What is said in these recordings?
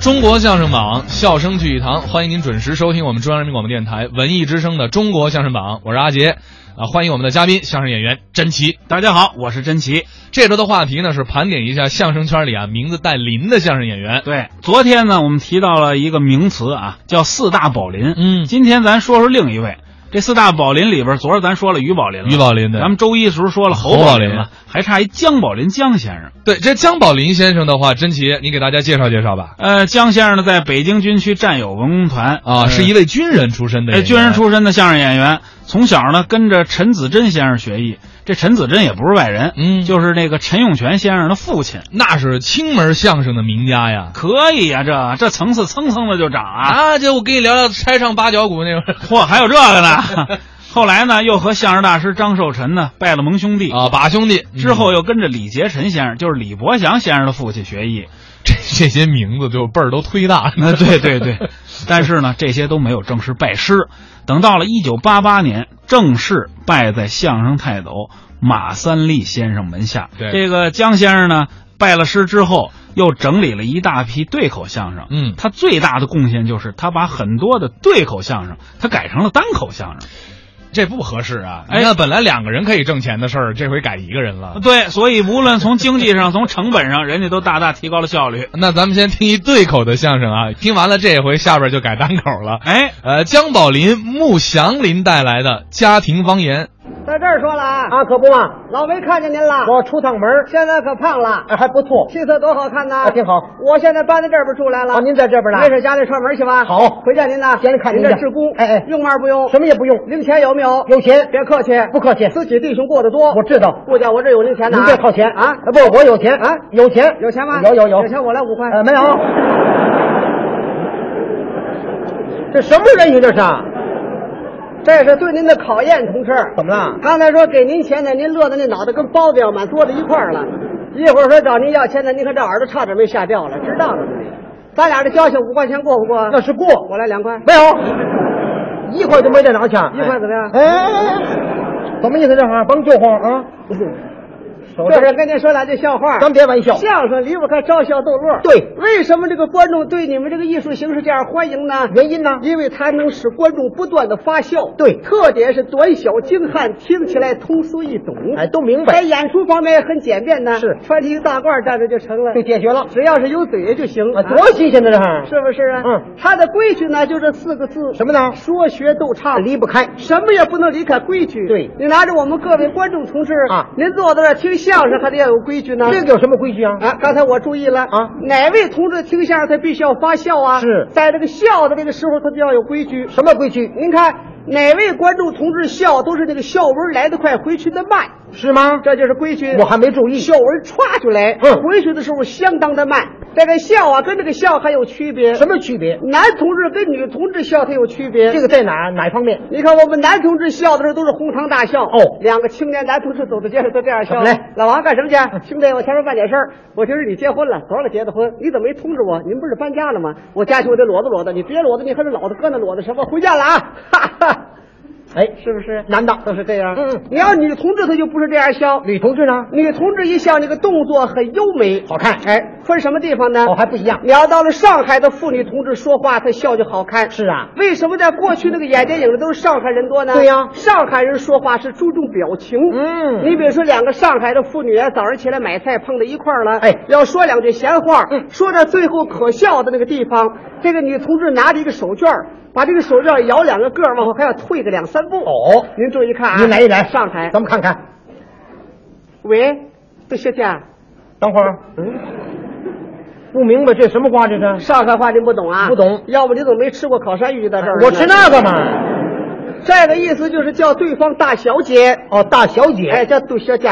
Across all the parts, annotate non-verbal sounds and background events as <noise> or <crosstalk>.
中国相声榜，笑声聚一堂，欢迎您准时收听我们中央人民广播电台文艺之声的《中国相声榜》，我是阿杰。啊，欢迎我们的嘉宾，相声演员甄奇。大家好，我是甄奇。这周的话题呢是盘点一下相声圈里啊名字带“林”的相声演员。对，昨天呢我们提到了一个名词啊，叫四大宝林。嗯今天咱说说另一位。这四大宝林里边，昨儿咱说了于宝林了，嗯于宝林对咱们周一时候说了侯侯宝宝林林了，还差一姜宝林姜先生。对，这姜宝林先生的话，甄奇，你给大家介绍介绍吧。呃，姜先生呢，在北京军区战友文工团啊，呃是一位军人出身的哎演员，军人出身的相声演员，从小呢跟着陈子珍先生学艺。这陈子珍也不是外人，嗯就是那个陈永泉先生的父亲。那是清门相声的名家呀。可以呀、这这层次蹭蹭的就长啊！啊，这我跟你聊聊拆唱八角鼓那会儿 <laughs> 嚯，还有这个呢！后来呢，又和相声大师张寿臣呢拜了盟兄弟，啊，把兄弟之后又跟着李杰臣先生，就是李伯祥先生的父亲学艺。这 <laughs> 这些名字就辈儿都忒大了。那对对对，但是呢，这些都没有正式拜师。等到了一九八八年，正式拜在相声泰斗马三立先生门下。对这个姜先生呢，拜了师之后，又整理了一大批对口相声。嗯，他最大的贡献就是他把很多的对口相声，他改成了单口相声。这不合适啊！哎那本来两个人可以挣钱的事儿，这回改一个人了。对，所以无论从经济上、从成本上，人家都大大提高了效率。那咱们先听一对口的相声啊，听完了这回，下边就改单口了。哎，呃，姜宝林、穆祥林带来的家庭方言，在这儿说了啊，啊，可不嘛，老没看见您了，我出趟门儿，现在可胖了，哎，还不错。气色多好看呐，啊挺好。我现在搬到这边住来了，哦，您在这边呢？没事，家里串门去吧。好回见您呐，先看您您这的是工，哎哎用吗？不用，什么也不用，零钱有没有？有钱别客气，不客气。自己弟兄过得多，我知道，不讲我这有零钱呢，您这靠前啊，不，我有钱啊有钱，有钱吗？有有有。有钱我来五块，呃，没有。这什么人语这是？这是对您的考验，同志。怎么了？刚才说给您钱呢，您乐的那脑袋跟包子要满桌子一块儿了。一会儿说找您要钱呢，您看这耳朵差点没吓掉了，值当着呢。咱俩这交情五块钱过不过？那是过，我来两块。没有，一块都没带拿去。一块怎么样哎哎，哎哎怎么意思？这话甭就慌啊！手这是跟您说两句笑话。咱别玩笑。相声离不开招笑逗乐。对，为什么这个观众对你们这个艺术形式这样欢迎呢？原因呢？因为它能使观众不断的发笑。对特点是短小精悍，听起来通俗易懂。哎，都明在白，演出方面也很简便呢，是穿着一个大褂站着就成了，就解决了。只要是有嘴就行。啊，多新鲜的这是。是不是啊？嗯，他的规矩呢就这四个字，什么呢？说学逗唱，离不开。什么也不能离开规矩。对你拿着我们各位观众同志啊您坐在这儿听相声还得要有规矩呢。这个有什么规矩啊？啊，刚才我注意了啊哪位同志听相声他必须要发笑啊？是在这个笑的这个时候，他就要有规矩。什么规矩？您看哪位观众同志笑都是那个笑文来得快，回去的慢，是吗？这就是规矩。我还没注意。笑文歘就来，嗯回去的时候相当的慢。这个笑啊，跟这个笑还有区别。什么区别？男同志跟女同志笑它有区别。这个在哪哪方面？你看，我们男同志笑的时候都是哄堂大笑。哦两个青年男同志走到街上都这样笑。怎么嘞嗯老王干什么去？兄弟，我前面办点事儿。我听说你结婚了，昨儿了结的婚，你怎么没通知我？您不是搬家了吗？我家去我得裸子裸子，你别裸子，你还是老子搁那裸子什么？回家了啊！哈哈，哎，是不是？男的都是这样。嗯，你要女同志她就不是这样笑。女同志呢？女同志一笑，那个动作很优美，好看哎，分什么地方呢？哦，还不一样。你要到了上海的妇女同志说话，她笑就好看。是啊，为什么在过去那个演电影的都是上海人多呢？对呀上海人说话是注重表情。嗯你比如说两个上海的妇女啊，早上起来买菜碰到一块儿了，哎要说两句闲话，嗯说到最后可笑的那个地方，这个女同志拿着一个手绢儿把这个手绢儿摇两个个儿，往后还要退个两三步。哦，您注意看啊，您来一来，上海，咱们看看。喂，这谢啊天，等会儿，嗯，不明白这什么话这是？上海话您不懂啊？不懂要不你怎么没吃过烤山芋在这儿呢？我吃那个嘛。这个意思就是叫对方大小姐，哦，大小姐。哎，叫杜小姐。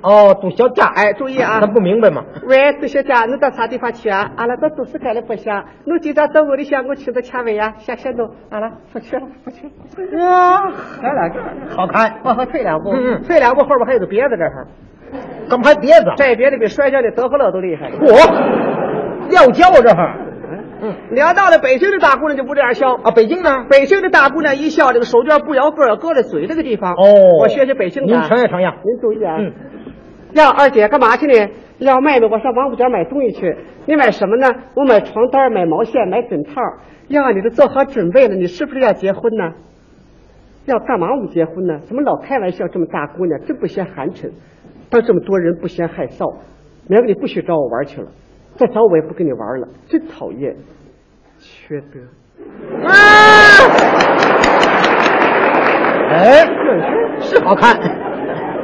哦，杜小姐。哎，注意啊咱不明白嘛。喂，杜小姐，你到啥地方去啊？阿拉到都市开了白相，你今朝到屋里向我请的吃饭呀？谢谢侬，阿拉不去了，不去了。哎呀，来两个，好看。往后退两步，嗯嗯退两步，后边还有个别子，这儿，怎么还别子？这别的比摔跤的德弗勒都厉害。我撂跤啊，这是。你要到了北京的大姑娘就不这样笑啊，北京呢？北京的大姑娘一笑，这个手绢不摇个儿，搁在嘴这个地方。哦，我学学北京的。啊您尝一尝样。您注意啊。嗯，呀，二姐，干嘛去呢？要卖卖，我上王府井买东西去。你买什么呢？我买床单，买毛线，买枕套。呀，你都做好准备了，你是不是要结婚呢？要干嘛我们结婚呢？怎么老开玩笑？这么大姑娘真不嫌寒碜，当这么多人不嫌害臊。明儿个你不许找我玩去了，再找我也不跟你玩了，真讨厌，缺德！啊！哎，是好看，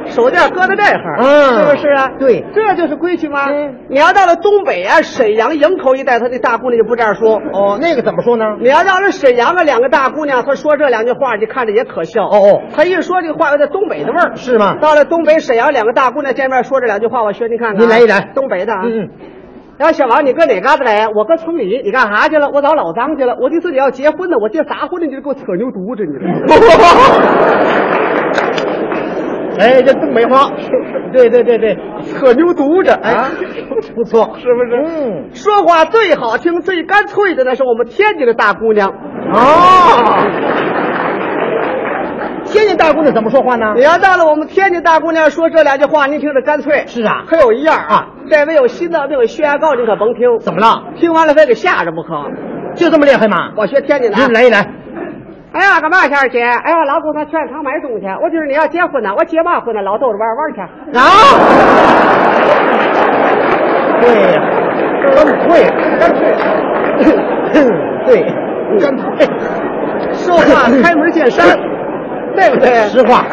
手电搁在这儿，嗯是不是啊？对这就是规矩吗？嗯你要到了东北啊，沈阳、营口一带，他那大姑娘就不这样说。哦，那个怎么说呢？你要到了沈阳啊，两个大姑娘，她说这两句话，你看着也可笑。哦哦，她一说这话有点东北的味儿，是吗到了东北沈阳，两个大姑娘见面说这两句话，我学您看看啊。您来一来东北的啊。嗯嗯。然后小王，你搁哪嘎达来呀？我搁村里。你干啥去了？我找老张去了。我就说你要结婚呢，我结啥婚呢？你就给我扯牛犊子，你这。嗯 <laughs> 哎，这东北 <laughs> 话，对对对对，扯牛犊子，哎，啊，不错，是不是？嗯，说话最好听、最干脆的，那是我们天津的大姑娘。哦，天津大姑娘怎么说话呢你？要到了我们天津大姑娘说这两句话，您听着干脆。是啊可有一样啊，这位有心脏病、有血压高，您可甭听。怎么了？听完了非给吓着不可。就这么厉害吗？我学天津的啊您。来一来，哎呀，干嘛去，二姐？哎呀，老给他劝他买东西。我就是你要结婚呢，我结嘛婚呢？老逗着玩玩去。啊，对呀，干脆，干脆，对，干脆，说话开门见山，对不对？实话，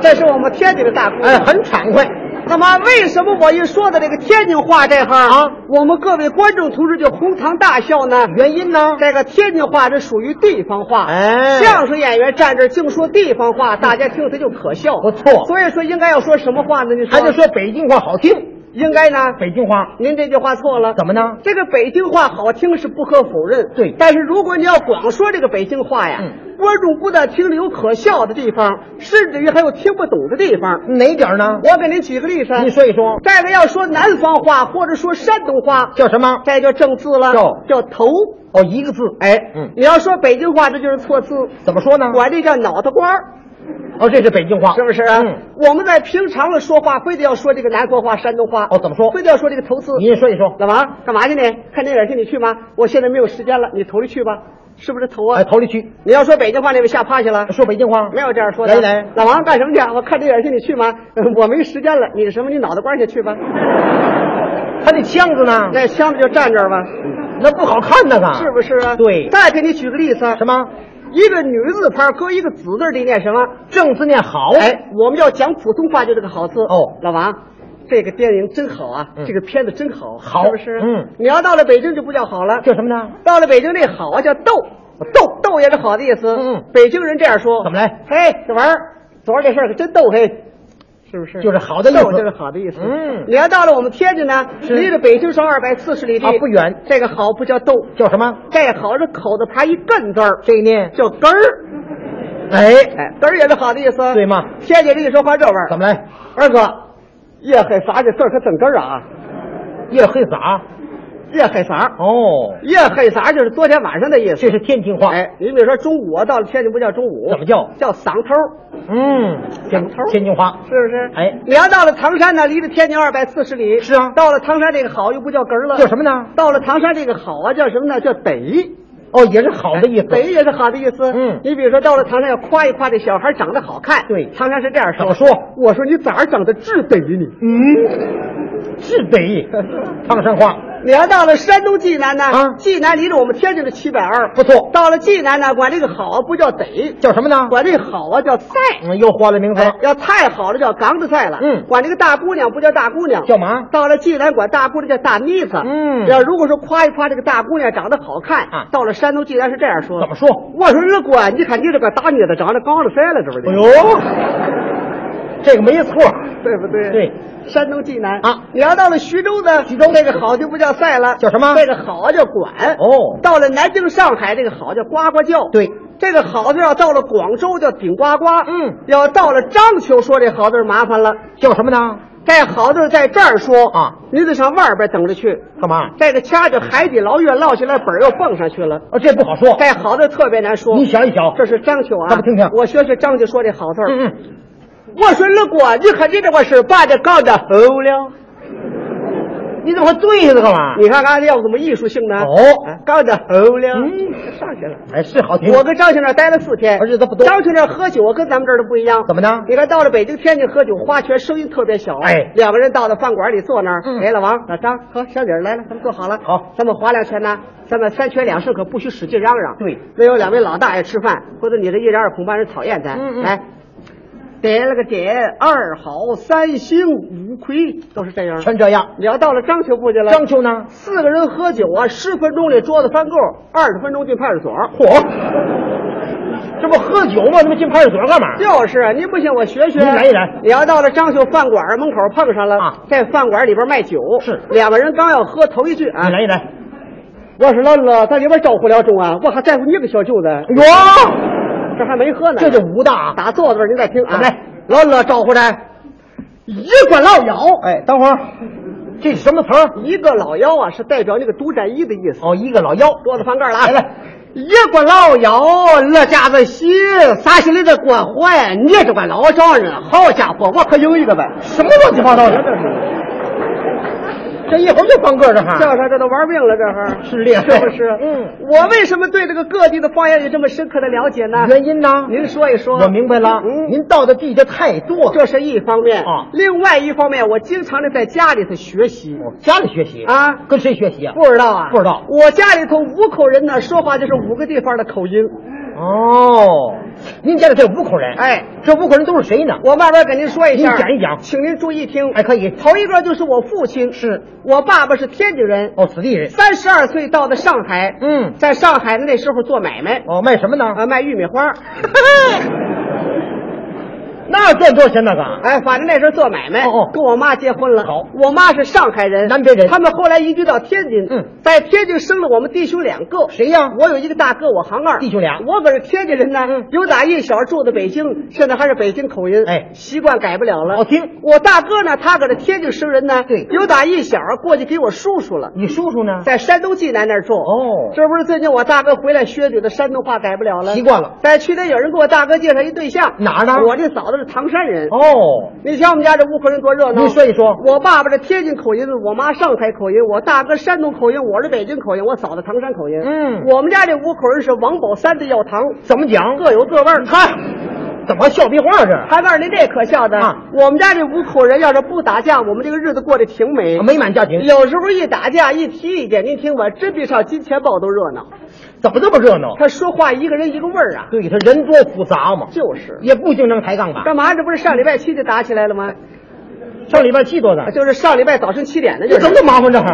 这是我们天津的大姑娘。哎，很敞快，那么，为什么我一说到这个天津话这行啊，我们各位观众同志就哄堂大笑呢？原因呢？这个天津话这属于地方话，哎相声演员站这儿净说地方话，大家听他就可笑。不错所以说应该要说什么话呢？你说，还得说北京话好听，应该呢？北京话您这句话错了，怎么呢？这个北京话好听是不可否认，对但是如果你要光说这个北京话呀，嗯观众不但听着有可笑的地方，甚至于还有听不懂的地方。哪点儿呢？我给您举个例子，您说一说，这个要说南方话或者说山东话，叫什么？这就正字了，叫叫头。哦，一个字，哎，嗯，你要说北京话，这就是错字，怎么说呢？管这叫脑袋瓜儿哦，这是北京话，是不是啊？嗯，我们在平常的说话，非得要说这个南国话、山东话，哦，怎么说？非得要说这个头字。您说一说，老王，干嘛去呢？看电影去，你去吗？我现在没有时间了，你头里去吧，是不是头啊？哎，头里去，你要说北京话，那位吓趴下了。说北京话，没有这样说的。来来老王干什么去？啊我看电影去，你去吗？ <laughs> 嗯我没时间了。你什么？你脑袋瓜儿去去吧。他那腔子呢？那箱子就站这儿吧，那不好看那个，是不是啊？对再给你举个例子，啊什？么一个女字旁搁一个子字儿，你念什么？正字念好？哎，我们要讲普通话就这个好字哦老王，这个电影真好啊，嗯这个片子真好，好是不是？嗯，你要到了北京就不叫好了，叫什么呢？到了北京这好啊叫逗，逗逗也是好的意思。嗯嗯北京人这样说，怎么来？嘿，这玩意儿，昨儿这事儿可真逗嘿。是不是？就是好的意思逗就是好的意思。嗯你要到了我们天津呢，离着北京省二百四十里地、啊不远。这个好不叫逗，叫什么？这好是口字旁一根字儿，这念叫根儿。哎，哎，根儿也是好的意思，对吗？天津人一说话这味儿，怎么？么来？二哥，夜黑啥这字儿可真根儿啊！夜黑撒？夜黑啥？哦，夜黑啥就是昨天晚上的意思这。是天津话。哎，你比如说中午啊，到了天津不叫中午，怎么叫叫晌头，嗯，天两头嗯天津话是不是？哎你要到了唐山呢，离着天津二百四十里。是啊到了唐山这个好又不叫根儿了，叫什么呢？到了唐山这个好啊，叫什么呢？叫得。哦，也是好的意思。得也是好的意思。嗯你比如说到了唐山要夸一夸这小孩长得好看，对唐山是这样怎说么。说？我说你咋儿长得至得你？嗯，是 <laughs> 得唐山话，你要到了山东济南呢？啊济南离着我们天津的七百二，不错。到了济南呢，管这个好不叫得，叫什么呢？管这好啊叫菜。嗯，又换了名词哎了，，要太好了叫港子菜了。嗯管这个大姑娘不叫大姑娘，叫嘛？到了济南管大姑娘叫大妮子。嗯要如果说夸一夸这个大姑娘长得好看，啊到了山东济南是这样说。怎么？说？我说二哥，你看你这个大妮子长得刚子菜了，这不是？哎呦，这个没错。对不对？对，山东济南啊你要到了徐州呢，徐州那个好就不叫赛了，叫什么这个好叫管。哦到了南京、上海，这个好叫呱呱叫。对，这个好字要到了广州叫顶呱呱。嗯，要到了章丘说这好字麻烦了，叫什么呢？这好字在这儿说啊，你得上外边等着去。干嘛？这个掐着海底捞月落下来，本儿又蹦上去了。哦，这不好说。这好字特别难说。你想一想，这是章丘啊，咱们听听我学学章丘说这好字儿。嗯嗯，嗯我说二哥，你看你这个事儿办的搞得好了。你怎么还对下子干嘛？你看看要不怎么艺术性呢？哦啊，高的好了，嗯上去了。哎，是好听。我跟张先生待了四天，而且他不多张先生喝酒啊，跟咱们这儿的不一样。怎么呢你看到了北京、天津喝酒，花圈声音特别小。啊哎两个人到了饭馆里坐那儿，嗯哎，老王、老张和小李儿来了，咱们坐好了。好咱们划两拳呢，咱们三拳两胜可不许使劲嚷嚷。对没有两位老大爷吃饭，或者你这一嚷嚷恐怕人讨厌咱。嗯嗯来，点了个点，二好三星五亏，都是这样。全这样。聊到了章丘部去了。章丘呢？四个人喝酒啊，十分钟里桌子翻够，二十分钟进派出所。嚯，这不喝酒吗？他妈进派出所干嘛？就是啊，您不信我学学。您来一来你要到了章丘饭馆门口碰上了啊在饭馆里边卖酒，是两个人刚要喝，头一句啊，你来一来。我是老了，在里边招呼了中啊，我还在乎你个小舅子，哟，这还没喝呢。这就武大啊！打坐这儿，您再听啊。怎么来，老了招呼的，一个老妖，哎，等会儿，这是什么词儿？一个老妖啊，是代表那个独占一的意思。哦，一个老妖，桌子翻盖了啊！来来，一个老妖，那家子稀，撒心里的关怀。你这个老丈人，好家伙，我可有一个呗！什么乱七八糟的？这啊是，这一会儿就翻个儿这哈，这这这都玩命了，这哈是厉害是不是？嗯，我为什么对这个各地的方言有这么深刻的了解呢？啊原因呢？ <laughs> 您说一说。我明白了，啊嗯，您到的地界太多了，这是一方面啊另外一方面，我经常的在家里头学习哦家里学习，啊。跟谁学习啊？不知道啊，不知道我家里头五口人呢，说话就是五个地方的口音。嗯哦，您家里头有五口人，哎，这五口人都是谁呢？我慢慢给您说一下，您讲一讲请您注意听。哎，可以，头一个就是我父亲，是我爸爸是天津人，哦，此地人，三十二岁到的上海，嗯，在上海的那时候做买卖，哦，卖什么呢？啊，卖玉米 <laughs> 花。那赚多少钱那个？哎，反正那时候做买卖，哦哦跟我妈结婚了。好我妈是上海人，南边人他们后来移居到天津，嗯，在天津生了我们弟兄两个。谁呀？我有一个大哥，我行二，弟兄俩嗯我可是天津人呢，有打一小住的北京，现在还是北京口音，哎习惯改不了了。好听我大哥呢，他可是天津生人呢，对有打一小过去给我叔叔了，你叔叔呢？在山东济南那儿住。哦这不是最近我大哥回来削嘴的山东话改不了了，习惯了。在去年有人给我大哥介绍一对象，哪儿呢我这嫂子是唐山人。哦，你瞧我们家这五口人多热闹！您说一说我爸爸这天津口音，我妈上海口音，我大哥山东口音，我是北京口音，我嫂子唐山口音。嗯我们家这五口人是王宝山的药堂，怎么讲？各有各味儿。嗨，怎么笑逼话这？还告诉您这可笑的啊我们家这五口人要是不打架，我们这个日子过得挺美。美满家庭有时候一打架一提意见，您听吧，真比上金钱豹都热闹。怎么这么热闹？他说话一个人一个味儿啊，对他人多复杂嘛，就是。也不经常抬杠吧？干嘛？这不是上礼拜七就打起来了吗？上礼拜七多的，就是上礼拜早晨七点的，就这是怎。么麻烦这还？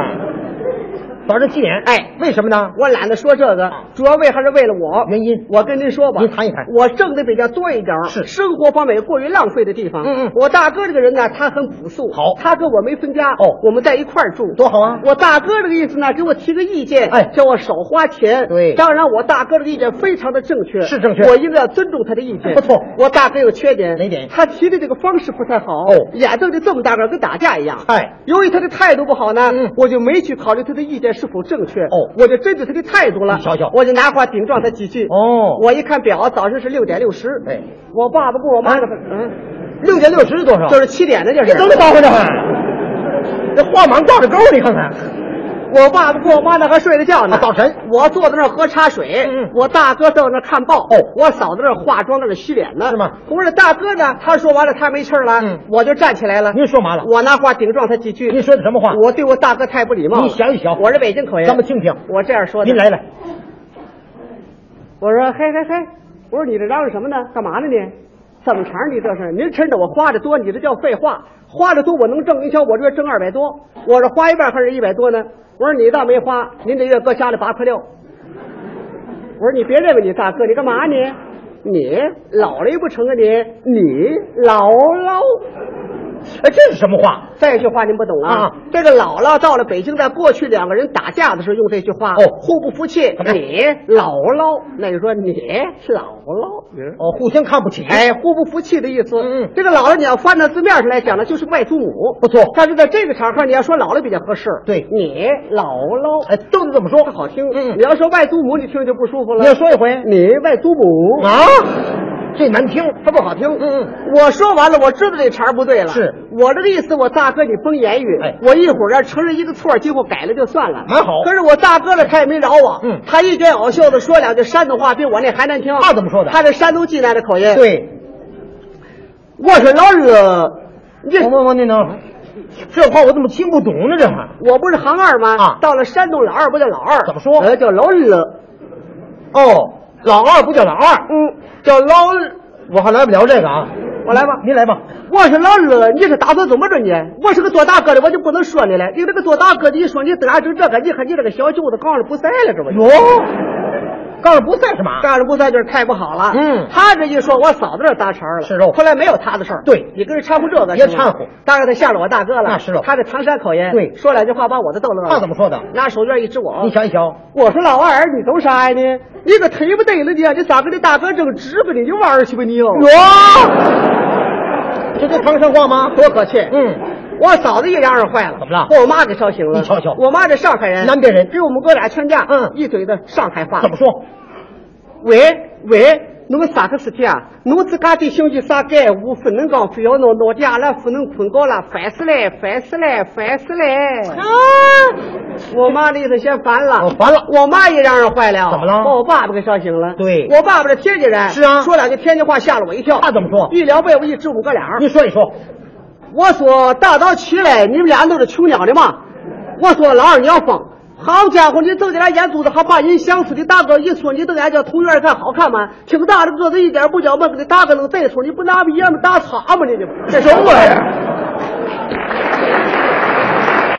早上七点，哎，为什么呢？我懒得说这个，主要为还是为了我哦原因我跟您说吧，您谈一谈我挣的比较多一点儿，是生活方面有过于浪费的地方。嗯嗯我大哥这个人呢，他很朴素，好他跟我没分家，哦我们在一块儿住，多好啊！我大哥这个意思呢，给我提个意见，哎叫我少花钱。对当然我大哥这个意见非常的正确，是正确我应该要尊重他的意见。 <laughs> 不错我大哥有缺点，哪点他提的这个方式不太好，哦眼瞪着这么大个儿，跟打架一样。哎，由于他的态度不好呢，嗯我就没去考虑他的意见是否正确，哦我就针对他的态度了，你瞧瞧我就拿话顶撞他几句。哦我一看表，早上是六点六十。哎，啊我爸爸跟我妈呢，嗯，六点六十是多少？就是七点的，这这是。怎么麻烦这还？这话忙照着钩，你看看，我爸爸跟我妈那还睡着觉呢。啊早晨我坐在那儿喝茶水，嗯嗯我大哥坐在那儿看报，哦我嫂子那儿化妆在那儿洗脸呢。是吗不是，大哥呢？他说完了，他没气儿了，嗯我就站起来了。您说嘛了？我拿话顶撞他几句。您说的什么话？我对我大哥太不礼貌了。你想一想我是北京口音，咱们听听。我这样说的。您来，来，我说嘿嘿嘿，我说你这嚷嚷什么呢？干嘛呢你？怎么茬儿你这是？您趁着我花的多，你这叫废话。花的多我能挣，你瞧我这月挣二百多，我这花一半还是一百多呢？我说你倒没花，您这月搁家里八块六。我说你别认为你大哥，你干嘛你？你老了也不成啊你，你老了。哎，这是什么话？这句话您不懂啊？啊这个姥姥到了北京，在过去两个人打架的时候用这句话，哦互不服气。怎么样你姥姥，那你说你姥姥，哦，互相看不起。哎，互不服气的意思。嗯这个姥姥你要翻到字面上来讲呢，就是外祖母，不错但是在这个场合，你要说姥姥比较合适。对你姥姥，哎，都得这么说，好听。嗯你要说外祖母，你听着就不舒服了。你要说一回你外祖母啊，这难听，它不好听。嗯嗯，我说完了，我知道这茬儿不对了。是我这个意思，我大哥你甭言语。哎我一会儿啊承认一个错儿，今后改了就算了，蛮好可是我大哥了，他也没饶我。嗯他一卷袄袖子说两句山东话，比我那还难听。他怎么说的他这山东济南的口音。，对，我说老子，你这我我我那能，这话我怎么听不懂呢？这还我不是行二吗？啊到了山东老二不叫老二，怎么说呃，叫老二。哦，老二不叫老二，嗯，叫老，我还来不了这个啊。我来吧您来吧。我是老二，你是打算怎么着你？我是个多大个的，我就不能说你了。你这个多大个的，一说你得俺成这个，你看你这个小舅子杠着不在了，这不是？哟，哎告诉不算什么？杠着不在就是太不好了。啊嗯他这一说，我嫂子这搭茬了。是肉后来没有他的事儿。对你跟人掺和这个，别是吗掺和。当然他吓着我大哥了。那是肉他这唐山口音，对说两句话把我都逗乐了。他怎么说的？拿手绢一指我，你瞧一瞧，我说老二，你都啥呀你？你个忒不对了你！你咋跟你大哥整直吧你？你玩儿去吧你哟！ <laughs> 哟，这是唐山话吗？多可气！嗯，我嫂子也嚷嚷坏了，怎么了把我妈给烧醒了。你瞧瞧我妈这上海人，南边人给我们哥俩劝架，嗯一嘴的上海话。怎么？说？喂喂，侬啥个事体啊？侬自家的兄弟啥该？我不能讲，不要闹闹的，阿拉不能困觉了，烦死嘞，烦死嘞，烦死嘞！啊！我妈的意思先烦了，我烦了我妈也嚷嚷坏了，怎么了把我爸爸给烧醒了。对我爸爸是天津人，是啊说两句天津话吓了我一跳。他怎么说一撩被我一指我们哥俩儿，你说一说。我说大早起来，你们俩都是穷鸟的嘛？我说老二你要疯，好家伙，你走进来眼珠子还把人想死的大哥一说，你瞪眼叫同院看好看吗？挺大的个子一点不娇闷，给你大个那个再说，你不拿鼻烟么打叉吗？你这这什么玩意儿？